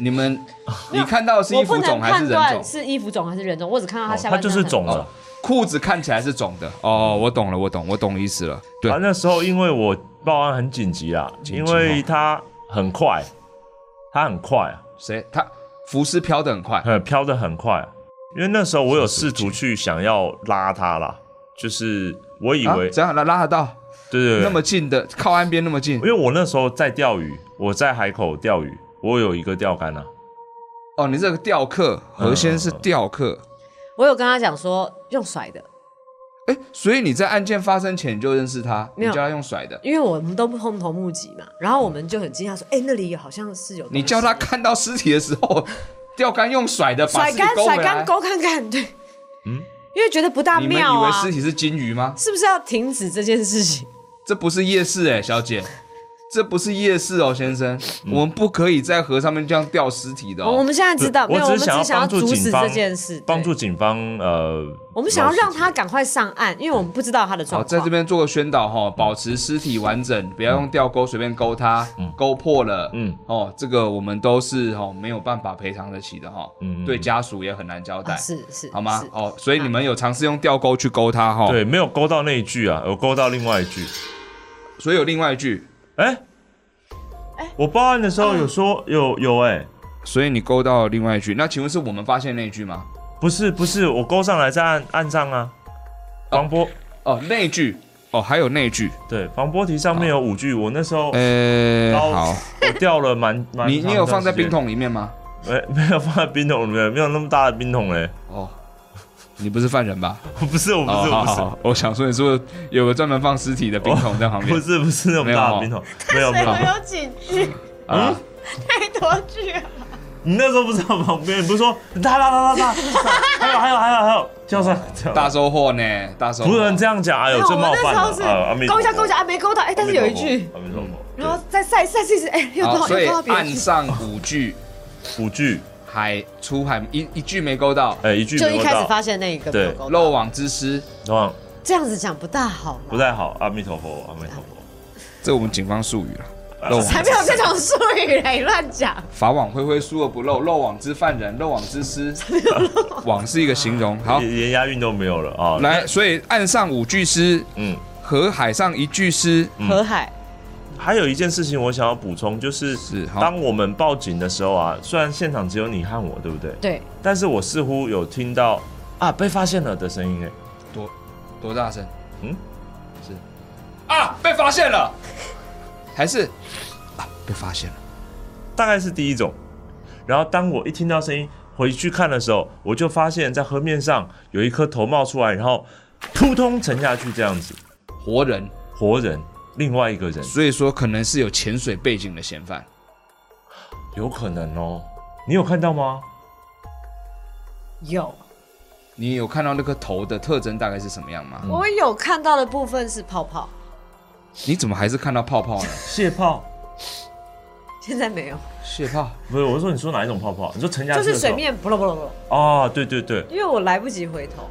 S2: 你们， 你看到的是衣
S3: 我不
S2: 服
S3: 能
S2: 肿还
S3: 判
S2: 是人
S3: 断
S2: 肿？
S3: 是衣服肿还是人肿，我只看到
S1: 哦
S3: 他啊下
S1: 它
S3: 半身、
S1: 就是肿了
S2: 哦。裤子看起来是肿的。哦，我懂了，我懂，我懂意思了。对
S1: 啊，，那时候因为我报案很紧急啦，
S2: 紧急
S1: 因
S2: 哦
S1: 为他很快，他很快，
S2: 谁他浮尸飘得很快，
S1: 呃，飘得很快。因为那时候我有试图去想要拉他啦，就是我以
S2: 啊
S1: 为，
S2: 怎样拉拉得到
S1: 对对对，哎
S2: 那么近的，靠岸边那么近
S1: 因。为我那时候在钓鱼，我在海口钓鱼，我有一个钓竿啊，
S2: 哦，你这个钓客，
S1: 嗯
S2: 何先是钓客。
S3: 我有跟他讲说用甩的，
S2: 哎，所以你在案件发生前你就认识他，你
S3: 没有
S2: 叫他用甩的，
S3: 因为我们都共同目击嘛，然后我们就很惊讶说，哎、那里好像是有东西
S2: 你叫他看到尸体的时候， 钓竿用甩的把
S3: 甩
S2: 尸体
S3: 干
S2: 勾回
S3: 甩
S2: 来
S3: 干。勾看看，对，嗯，因为觉得不大
S2: 你们以
S3: 妙
S2: 为
S3: 啊
S2: 尸，体是金鱼吗？
S3: 是不是要停止这件事情？
S2: 这不是夜市哎、小姐，这不是夜市哦，先生，
S1: 嗯
S2: 我们不可以在河上面这样吊尸体的、
S3: 哦我
S2: 哦。
S3: 们现在知道，没
S1: 我
S3: 有，
S1: 只
S3: 我们
S1: 是
S3: 只
S1: 想要
S3: 想要
S1: 帮助
S3: 阻止
S1: 警方
S3: 这件事，对
S1: 帮助警方呃，
S3: 我们想要
S1: 捞尸
S3: 让
S1: 体
S3: 他赶快上岸，因为我们不知道他的状
S2: 好，
S3: 况。
S2: 哦在这边做个宣导哈、哦，保持尸体完整，不要用吊钩随便勾它，勾破了，嗯
S1: 嗯，
S2: 哦，这个我们都是哦没有办法赔偿得起的哈、哦，
S1: 嗯嗯
S2: 对家属也很难交代，
S3: 啊是是
S2: 好吗
S3: 是？啊
S2: 哦，所以你们有尝试用吊钩去勾它哈、哦，，
S1: 对，没有勾到那一句啊，有勾到另外一句。
S2: 所以有另外一句，
S1: 哎、我报案的时候有说、有有哎、
S2: 所以你勾到了另外一句，那请问是我们发现那一句吗？
S1: 不是不是，我勾上来再按按上啊。防波、
S2: 哦，那一句，哦，还有那一句，
S1: 对防波堤上面有五句，我那时候
S2: 呃，
S1: 高
S2: 好，
S1: 我掉了蛮蛮。
S2: 你你有放在冰
S1: 桶？
S2: 桶里面吗？
S1: 没没有放在冰桶里面，没有那么大的冰桶嘞。
S2: 哦，你不是犯人吧？
S1: 不是我不
S2: 哦
S1: 是
S2: 好
S1: 我
S2: 好
S1: 不
S2: 好，我想说，你是不是有个专门放尸体的冰桶在旁
S1: 是
S2: 边
S1: 哦不？是不是那么大的冰桶，没有没
S5: 所以
S1: 有
S5: 我。有几句，
S1: 嗯
S2: 啊，
S5: 太多句了。
S1: 你那时候不知道旁边，你不是说哒哒哒哒哒，还有还有还有还有，叫上叫
S2: 大
S1: 上，
S2: 收获呢，大收获。
S1: 不能这样讲，哎呦
S5: 没有，
S1: 这
S5: 我们
S1: 冒
S5: 那
S1: 犯
S5: 时
S1: 了
S5: 候是
S1: 啊！阿弥陀
S5: 勾一下
S1: 佛
S5: 勾一下，啊没勾到，哎，但是有一句，，
S1: 阿弥陀佛
S5: 然后再再再试一次，哎，又
S2: 好，
S5: 勾到
S2: 哦所以
S5: 又勾到别
S2: 岸
S5: 的句。
S2: 上五句，
S1: 五句，
S2: 海出海一一句没勾到，
S1: 哎，一句
S3: 就
S1: 没
S3: 一
S1: 有
S3: 开始
S1: 到，
S3: 发现那一个没
S1: 对
S3: 有勾到
S2: 漏网之师，
S1: 同样
S3: 这样子讲不大好啦，
S1: 不太好，阿弥陀佛，阿弥陀佛。
S2: 这我们警方术语了。漏网
S3: 才没有这种术语嘞，乱讲。
S2: 法网恢恢，疏而不漏，漏网之犯人，漏网之师。网是一个形容。好，
S1: 连连押韵都没有了啊！，
S2: 来，所以岸上五句诗，
S1: 嗯，
S2: 河海上一句诗，
S3: 河海
S1: 还有一件事情我想要补充，就是
S2: 是好
S1: 当我们报警的时候啊，虽然现场只有你和我，对不对？
S3: 对，
S1: 但是我似乎有听到啊被发现了的声音，哎，
S2: 多多大声？
S1: 嗯，
S2: 是啊，被发现了，还是啊，被发现了。
S1: 大概是第一种。然后当我一听到声音回去看的时候，我就发现在河面上有一颗头冒出来，然后扑通沉下去，这样子，
S2: 活人，
S1: 活人，另外一个人，
S2: 所以说可能是有潜水背景的嫌犯。
S1: 有可能哦。你有看到吗？
S3: 有
S2: 你有看到那个头的特征大概是什么样吗？
S3: 我有看到的部分是泡泡，
S2: 你怎么还是看到泡泡呢？
S1: 蟹泡。
S3: 现在没有，
S2: 血泡，
S1: 不是，我是说你说哪一种泡泡？你说沉下去
S3: 就
S1: 的时候
S3: 是水面不咯不咯不咯，
S1: 哦，对对对，
S3: 因为我来不及回头，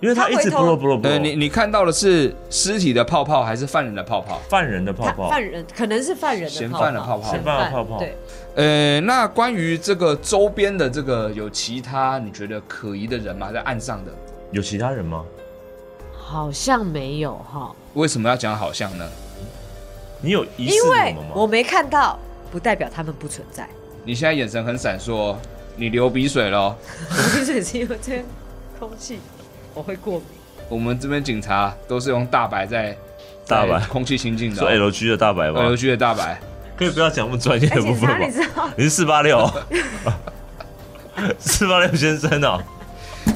S1: 因为他一直不
S3: 他回头
S1: 落不落不
S2: 呃，
S1: 落，
S2: 你你看到的是尸体的泡泡还是犯人的泡泡？
S1: 犯人的泡
S3: 他
S1: 泡，
S3: 犯人可能是犯人的
S2: 嫌
S3: 泡
S2: 犯的泡
S3: 泡，
S2: 泡
S1: 嫌犯的泡泡
S3: 对，
S2: 呃，那关于这个周边的这个有其他你觉得可疑的人吗？在岸上的，
S1: 有其他人吗？
S3: 好像没有哈，
S2: 为什么要讲好像呢？
S1: 你有疑
S3: 因
S1: 似
S3: 为
S1: 我们
S3: 我
S1: 吗？
S3: 没看到，不代表他们不存在。
S2: 你现在眼神很闪烁哦，你流鼻水了哦。
S3: 我鼻水是因为这边空气我会过敏，
S2: 我们这边警察都是用大白在
S1: 大白哎
S2: 在空气清净的哦
S1: 是 L G 的大白吗？
S2: ，LG 的大白，
S1: 可以不要讲那么专业
S5: 哎，
S1: 的部
S5: 警
S1: 分
S5: 察，
S1: 吗
S5: 你？知道
S1: 你是四八 六，四八六先生哦，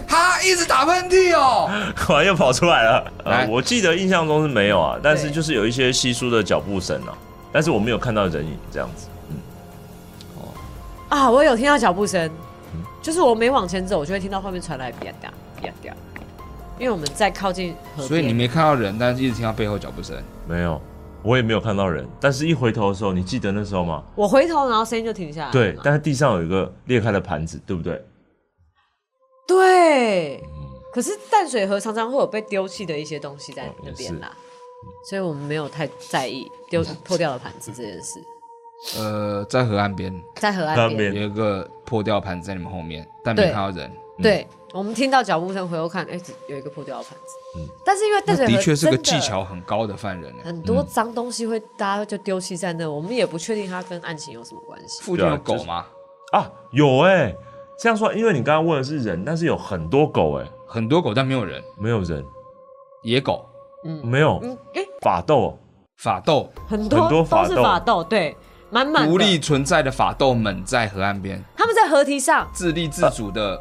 S2: 他一直打喷嚏哦。
S1: 果然又跑出来了。呃
S2: 来，
S1: 我记得印象中是没有啊，但是
S5: 对
S1: 就是有一些稀疏的脚步声啊，但是我没有看到人影这样子。
S3: 啊，我有听到脚步声，就是我每往前走，我就会听到后面传来“啪嗒啪嗒”，因为我们在靠近河边，
S2: 所以你没看到人，但是一直听到背后脚步声。
S1: 没有，我也没有看到人，但是一回头的时候，你记得那时候吗？
S3: 我回头，然后声音就停下来了
S1: 对，
S3: 嘛
S1: 但是地上有一个裂开的盘子，对不对？
S3: 对。可是淡水河常常会有被丢弃的一些东西在
S1: 哦
S3: 那
S1: 也
S3: 边
S1: 是
S3: 啦，所以我们没有太在意丢破掉的盘子这件事，
S2: 呃，在河岸边
S3: 在河
S1: 河
S3: 岸
S1: 岸边
S3: 边。
S2: 有一个破掉盘子在你们后面，但没
S3: 对
S2: 看到人。嗯，
S3: 对，我们听到脚步声，回头看，哎、只有一个破掉的盘子。但是因为淡
S2: 嗯那
S3: 水河
S2: 的确是个
S3: 真的
S2: 技巧很高的犯人欸。
S3: 很多脏东西会大家就丢弃在那，我们也不确定它跟案情有什么关系。
S2: 附近
S1: 对
S2: 有
S1: 啊就是
S2: 狗吗？
S1: 啊，有哎、这样说，因为你刚刚问的是人，但是有很多狗哎、
S2: 很多狗，但没有人。
S1: 没有人，
S2: 野狗、
S1: 没有
S3: 嗯，哎、
S1: 法斗，
S2: 法斗，
S3: 很多
S1: 很多法
S3: 都
S1: 斗
S3: 是法斗，对，满满
S2: 独立
S3: 的。
S2: 存在的法斗们在河岸边
S3: 他们在河堤上
S2: 自立自主的，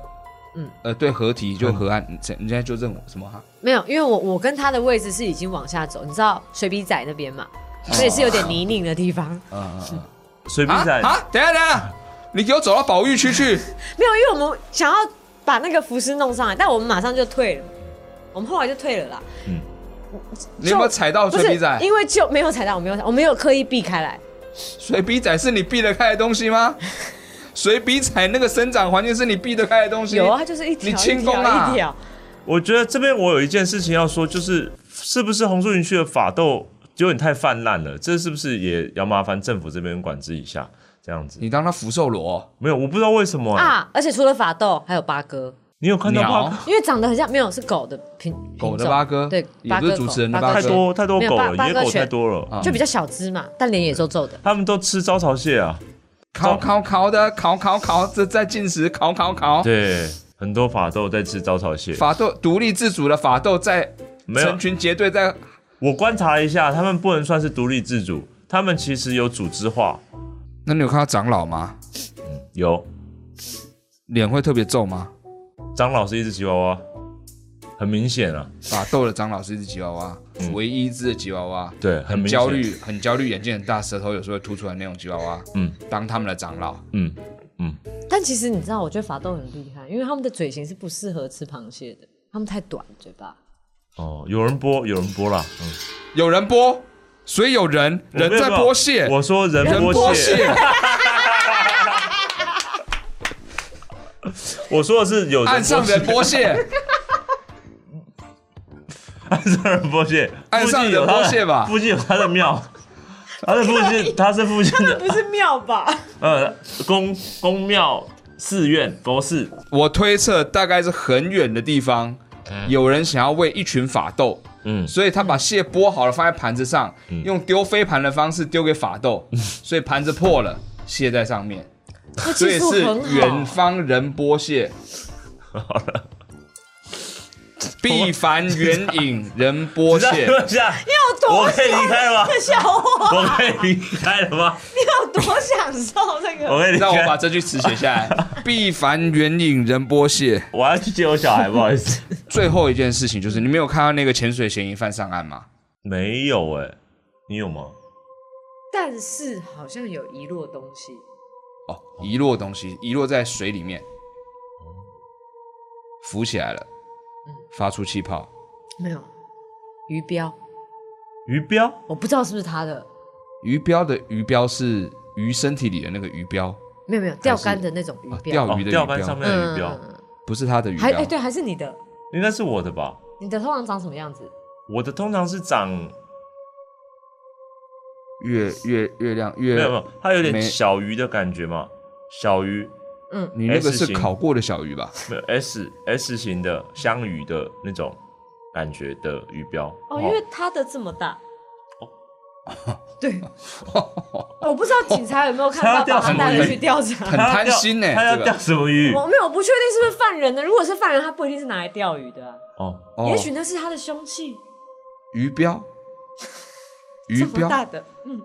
S3: 嗯
S2: 嗯，呃，对河堤就河岸，你现你现在就认我什么哈？
S3: 没有，因为我我跟他的位置是已经往下走，你知道水笔仔那边嘛，
S2: 哦
S3: 所以是有点泥泞的地方。
S1: 啊
S2: 嗯嗯
S1: 水笔
S2: 嗯。
S1: 仔，
S2: 啊！等一下等一下，你给我走到保育区 去。
S3: 没有，因为我们想要把那个浮尸弄上来，但我们马上就退了，我们后来就退了啦。
S2: 你有没有踩到
S3: 不
S2: 哦水
S3: 是
S2: 笔仔？
S3: 因为就没有踩到，我没有踩，我没有刻意避开来。
S2: 水笔仔是你避得开的东西 吗？水笔仔那个生长环境是你避得开的东西？
S3: 有啊，它就是一条
S2: 你轻
S3: 一
S2: 功啊
S3: 条一条，
S1: 我觉得这边我有一件事情要说，就是是不是红树林区的法斗有点太泛滥了？这是不是也要麻烦政府这边管制一下？这样子
S2: 你当他福寿螺？
S1: 没有，我不知道为什么、欸
S3: 啊！而且除了法斗，还有八哥，
S1: 你有看到
S2: 鸟
S1: 吗？？
S3: 因为长得很像，没有是狗的品
S2: 狗的
S3: 品种
S2: 八哥
S3: 对，
S2: 也
S3: 八
S2: 不是
S3: 哥
S2: 主
S3: 狗
S2: 持人的
S3: 八
S1: 太
S2: 八
S3: 哥
S2: 哥
S1: 多太多
S3: 没有
S1: 狗
S3: 八八
S1: 了，野
S3: 哥
S1: 狗
S3: 犬
S1: 太多了，
S2: 啊
S3: 就比较小只嘛，但脸也皱皱的。
S1: 他们都吃招潮蟹啊。
S2: 烤烤烤的烤烤烤，这在进食烤烤烤。
S1: 对，很多法斗在吃招潮蟹。
S2: 法斗独立自主的法斗在
S1: 没有
S2: 成，群结队在
S1: 我观察了一下，他们不能算是独立自主，他们其实有组织化，
S2: 那你有看到长老吗？
S1: 有
S2: 脸会特别皱吗？
S1: 张老师一只吉娃娃，很明显啊，
S2: 法斗的长老是一只吉娃娃，唯一一只的吉娃娃，
S1: 嗯对很
S2: 很
S1: 明显
S2: 焦虑，很焦虑，眼睛很大，舌头有时候会凸出来那种吉娃娃，
S1: 嗯
S2: 当他们的长老，
S1: 嗯嗯，
S3: 但其实你知道，我觉得法斗很厉害，因为他们的嘴型是不适合吃螃蟹的，他们太短嘴巴。
S1: 哦，有人播，有人播啦，嗯，
S2: 有人剥，所以有人人在剥蟹，
S1: 我说人
S2: 人
S1: 剥
S2: 剥
S1: 蟹，
S2: 蟹，
S1: 我说的是有人
S2: 岸上
S1: 剥
S2: 人
S1: 蟹，
S2: 剥蟹，
S1: 岸上人剥蟹，
S2: 岸上人
S1: 附近有他的
S2: 剥蟹 吧
S1: 附近有他的庙，他是附近，他是附近的，
S5: 不是庙吧？
S1: 呃，宫宫庙寺院佛寺，
S2: 我推测大概是很远的地方，有人想要喂一群法斗，
S1: 嗯，
S2: 所以他把蟹剥好了放在盘子上，用丢飞盘的方式丢给法 斗，所以盘子破了，蟹在上面，
S3: 那
S2: 所
S3: 技
S2: 以
S3: 术
S2: 是
S3: 很
S2: 远
S3: 好，
S2: 方人剥蟹。 必凡远影人剥
S1: 等
S2: 蟹，
S1: 一下，
S5: 有
S1: 我
S5: 多
S1: 可以离开了吗？
S5: 笑话？
S1: 我可以离开了吗？
S5: 你有多享受这
S1: 我
S5: 个？
S1: 可以离
S2: 让我把
S1: 开，
S2: 这句词写下来。 必凡远影人剥蟹。
S1: 我要去接我小孩，不好意思，
S2: 最后一件事情就是，你没有看到那个潜水嫌疑犯上岸吗？
S1: 没有哎、你有吗？
S3: 但是好像有遗落东西。
S2: 哦，遗落东西，遗落在水里面，浮起来了，
S3: 嗯
S2: 发出气泡。
S3: 没有鱼标，
S1: 鱼标
S3: 我不知道是不是他的，
S2: 鱼标的鱼标是鱼身体里的那个鱼标，
S3: 没有没有钓竿的那种鱼
S2: 啊
S3: 标，嗯
S2: 钓鱼的鱼
S1: 哦钓
S2: 标
S1: 竿上面的鱼标，
S2: 不是它的鱼
S3: 还哎、
S2: 标。
S3: 对，还是你的，
S1: 应该是我的吧？
S3: 你的通常长什么样子？
S1: 我的通常是长
S2: 月月月亮月，
S1: 没有没有，它有点
S2: 没
S1: 小鱼的感觉嘛，小鱼哎
S3: 嗯，
S2: 你那
S1: S
S2: 个是
S1: 型
S2: 烤过的小鱼吧？
S1: 没有 S S 型的香鱼的那种感觉的鱼标。哦
S5: 哦
S3: 哦，因为他的这么大，
S5: 对，我不知道警察有没有看到，
S1: 他要
S5: 把
S1: 钓什
S5: 他
S1: 么
S5: 带回
S2: 鱼
S5: 去调查。
S2: 很贪心欸
S1: 他要
S2: 这个
S1: 钓什么鱼？
S5: 我没有，我不确定是不是犯人呢？如果是犯人，他不一定是拿来钓鱼的啊、
S1: 哦，
S2: 哦
S5: 也许那是他的凶器，
S2: 鱼标，鱼
S5: 这么
S2: 标，
S5: 大的，嗯，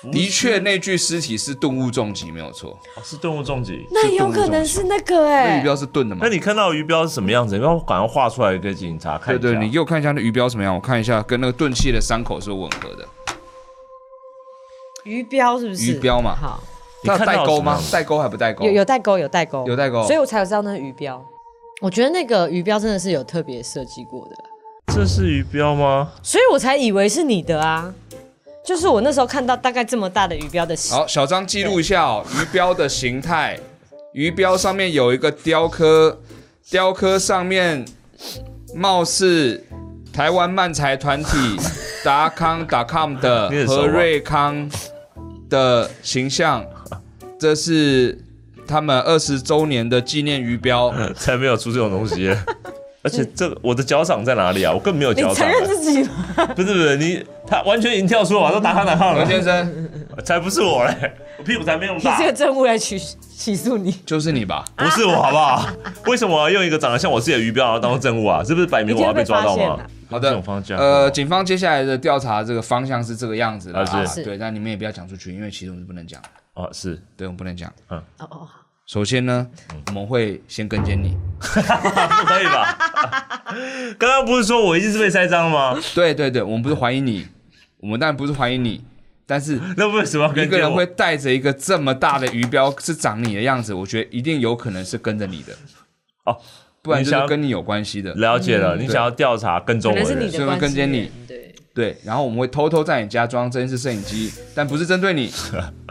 S1: 服
S2: 的确那具尸体是钝物重击，没有错。
S1: 哦是动物重击。
S5: 那也有可能是那个
S2: 那
S5: 哎、
S2: 鱼标是钝的嘛
S1: 那？你看到鱼标是什么样子？你要赶快画出来给警察看
S2: 对
S1: 一下。
S2: 对，你给我看一下那鱼标什么样？我看一下，跟那个钝器的伤口是吻合的。
S5: 鱼标是不是？
S2: 鱼标嘛
S5: 好，
S1: 你看
S2: 它有
S1: 到
S2: 代沟
S1: 什
S2: 吗
S1: 么？
S2: 代沟还不代沟？
S5: 有有代沟，有代沟，
S2: 有代沟
S5: 所以我才有知道那是鱼标。
S3: 我觉得那个鱼标真的是有特别设计过的啦，
S1: 这是鱼标吗？
S5: 所以我才以为是你的啊。就是我那时候看到大概这么大的鱼标的形，
S2: 好，小张记录一下哦，鱼标的形态。鱼标上面有一个雕刻，雕刻上面貌似台湾漫才团体达康 .com 的
S1: 你很熟啊
S2: 何瑞康的形象，这是他们二十周年的纪念 鱼标。
S1: 才没有出这种东 西。而且这个我的脚掌在哪里啊？我更没 有
S5: 你
S1: 脚掌
S5: 承
S1: 啊。
S5: 认自己吗？
S1: 不是不是你，他完全已经跳出我，说打康打康
S2: 何
S1: 了，
S2: 先生，
S1: 才不是我嘞，我屁股才没那么
S5: 嗯你
S1: 大
S5: 这，个啊证物来起起诉你，
S2: 就是你吧？
S1: 不是我好不好？为什么我要用一个长得像我自己的鱼标然后当做证物啊？是不是摆明我要被抓到
S5: 一定会被发
S1: 吗
S5: 现啊？
S2: 好
S1: 这
S2: 的
S1: 种方，向，
S2: 呃，警方接下来的调查这个方向是这个样子的、
S1: 啊
S2: 啊，
S1: 是
S2: 对，但你们也不要讲出去，因为其实我们是不能讲的，
S1: 哦是，
S2: 对，我们不能讲。
S3: 哦哦，
S2: 首先呢，我们会先跟监你。
S1: 不可以吧？ 刚刚不是说我一定是被栽赃吗？
S2: 对对对，我们不是怀疑你，我们当然不是怀疑你，但是
S1: 那为什么要
S2: 一
S1: 跟
S2: 个
S1: 着
S2: 人
S1: 我
S2: 会？带着一个这么大的鱼标是长你的样子，我觉得一定有可能是跟着你的，
S1: 哦，
S2: 不然就
S1: 你想
S2: 是
S1: 要
S2: 跟你有关系的。
S1: 了解了，你想要调查跟踪
S5: 可
S1: 我
S5: 能
S1: 的
S5: 是你
S1: 人，
S5: 的
S2: 所以
S5: 关
S2: 会
S5: 系。
S2: 跟监你。
S3: 对，
S2: 对，然后我们会偷偷在你家装监视摄影机，但不是针对 你，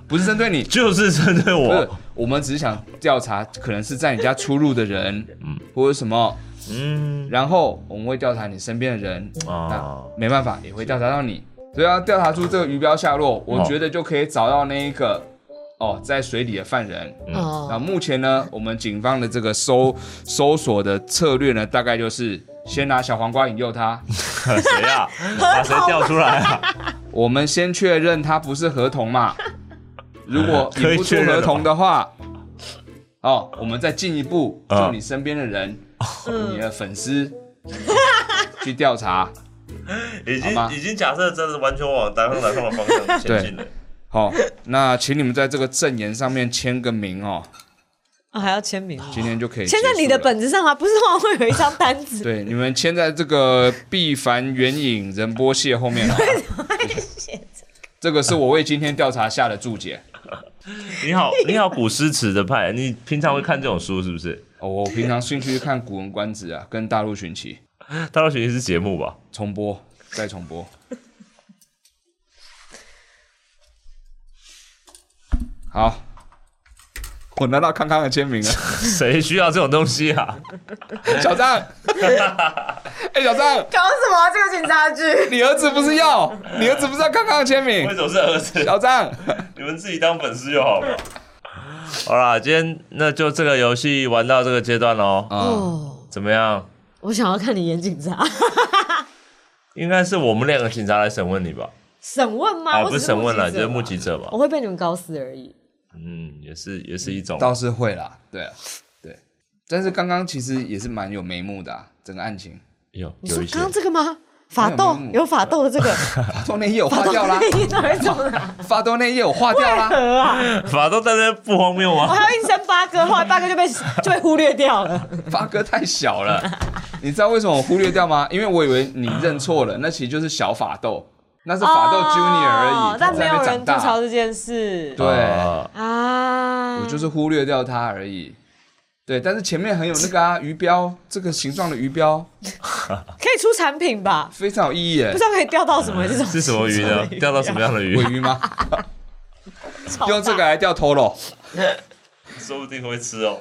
S2: 不是针对你，
S1: 就是针对
S2: 不是
S1: 我，，
S2: 我们只是想调查可能是在你家出入的人，嗯，或者什么，
S1: 嗯
S2: 然后我们会调查你身边的人，
S1: 啊，
S2: 没办法，也会调查到你。所以要调查出这个鱼标下落，我
S1: 哦
S2: 觉得就可以找到那一个哦在水里的犯人。
S1: 嗯
S2: 那
S3: 哦，
S2: 目前呢，我们警方的这个搜搜索的策略呢，大概就是先拿小黄瓜引诱 他，
S1: 谁 呀？把谁调出来啊？
S2: 我们先确认他不是合同嘛。如果
S1: 可
S2: 引
S1: 以
S2: 不出
S1: 确认了
S2: 合
S1: 吗
S2: 同的话，哦，我们再进一步
S1: 啊
S2: 就你身边的人、
S5: 嗯
S2: 你的粉丝去调查。
S1: 已经
S2: 好吗
S1: 已经假设真的完全往达康达康的方向前进了。
S2: 好、哦那请你们在这个证言上面签个名哦。
S5: 啊，还要签名哦，
S2: 今天就可以
S5: 签在
S2: 结束
S5: 你的
S2: 了。
S5: 本子上吗？不是通常会有一张单子？
S2: 对，你们签在这个毕凡远影仁波蟹后 面、啊。这个是我为今天调查下的注解。
S1: 你好，你好，古诗词的派，你平常会看这种书是不是？
S2: 哦，我平常兴趣看《古文观止》啊，跟《大陆寻奇》
S1: 大陆学习是节目吧？
S2: 重播再重 播。好，我拿到康康的签名了，
S1: 谁需要这种东西啊？
S2: 小 张。哎、小张，
S5: 搞什么？这个警察局？
S2: 你儿子不是要，你儿子不是要康康的签名
S1: 为？什么是儿子？
S2: 小张，
S1: 你们自己当粉丝就好了。好啦，今天那就这个游戏玩到这个阶段喽。
S2: 啊、
S3: 哦，
S1: 怎么样？
S3: 我想要看你演警察
S1: 应该是我们两个警察来审问你吧？
S5: 审问吗？
S1: 哎，
S5: 啊我
S1: 不
S5: 只
S1: 是审问了，就是目
S5: 目
S1: 击
S5: 击者吧哦
S1: 者吧
S5: 我？会被你们搞死而已。
S1: 嗯，也是也是一种。
S2: 倒是会啦，对啊，对。但是刚刚其实也是蛮有眉目的、啊，整个案情。
S1: 有
S5: 你
S1: 有
S5: 说
S1: 一些
S5: 刚刚这个吗？法斗
S2: 没有没有
S5: 有法斗的这个，
S2: 中内页有划掉啦，
S5: 哪一种 啊？
S2: 发多内页有划掉啦。
S5: 河啊！
S1: 法都在那不荒谬
S5: 我
S1: 吗？
S5: 还要硬生八哥，后来八哥就被就被忽略掉了。
S2: 发哥太小了，你知道为什么我忽略掉吗？因为我以为你认错了，那其实就是小法斗，那是法斗 Junior 而
S5: 哦
S2: 已，
S5: 但没有
S2: 我在
S5: 人吐
S2: 那边长大
S5: 槽。这件事
S2: 对
S1: 啊
S5: 啊。
S2: 我就是忽略掉它而已。对，但是前面很有那个啊，鱼标这个形状的鱼标
S5: 可以出产品吧？
S2: 非常有意义耶
S5: 不知，道可以钓到什 么这种
S1: 是什么鱼呢？
S5: 啊
S1: 钓到什么样的鱼
S2: 尾？鱼 吗？
S5: 超大
S2: 用这个来钓 Toro。
S1: 说不定会吃哦，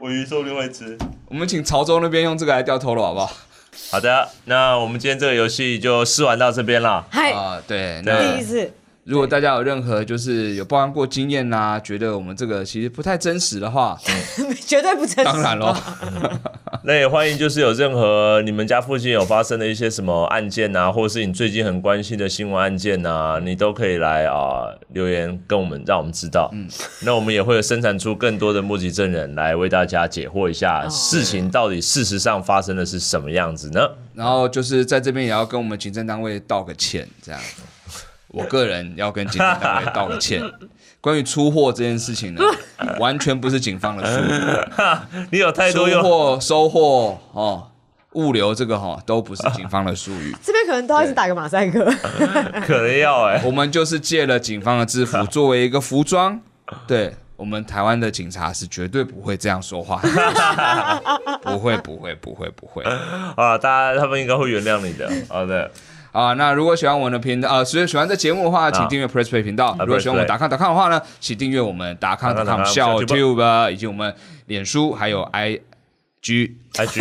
S1: 尾鱼说不定会吃。
S2: 我们请潮州那边用这个来钓 Toro 好不好？
S1: 好的，那我们今天这个游戏就试玩到这边啦。
S5: 嗨，
S2: 啊，对，那
S5: 哎第一次
S2: 如果大家有任何就是有报案过经验呐、啊觉得我们这个其实不太真实的话，
S5: 绝对不真实。，
S2: 当然喽，
S1: 那也欢迎，就是有任何你们家附近有发生的一些什么案件啊，或者是你最近很关心的新闻案件啊，你都可以来啊、留言跟我们，让我们知道。嗯，那我们也会生产出更多的目击证人来为大家解惑一下事情到底事实上发生的是什么样子呢？
S2: 然后就是在这边也要跟我们警政单位道个歉，这样。我个人要跟警政单位道个歉。关于出货这件事情呢，完全不是警方的疏
S1: 哈，你有太多
S2: 忽，出
S1: 用
S2: 货、收货哦，物流这个哈、哦、都不是警方的术语
S5: 这边可能都要一直打个马赛克。
S1: 可能要哎、
S2: 我们就是借了警方的 制服作为一个服装。对我们台湾的警察是绝对不会这样说 话，不会不会不会不会。
S1: 啊，大家他们应该会原谅你的。好的，
S2: 啊，那如果喜欢我们的频道，呃，所以喜欢这节目的话，请订阅 Press Play 频道。如果喜欢我
S1: 啊
S2: 们
S1: Press Play
S2: 达康达康的话呢，请订阅我们达康达康
S1: Dacon.com
S2: 小
S1: YouTube
S2: Tube 以及我们脸书还有 I G。
S1: i g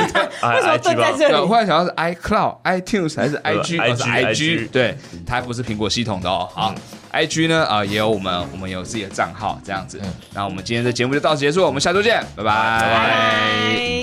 S1: 哎
S5: 为什么
S1: i g
S5: 蹲
S1: 吧
S5: 在，这
S2: 对，我忽
S5: 里？
S2: 然想到是 iCloud、iTunes 还是 IG，
S1: 呃
S2: 哦是
S1: IG
S2: IG，对，它不是苹果系统的哦。好，IG 呢啊也有我们，我们有嗯自己的账号这样子。那我们今天的节目就到此结束，我们下周见，拜拜。
S5: 拜。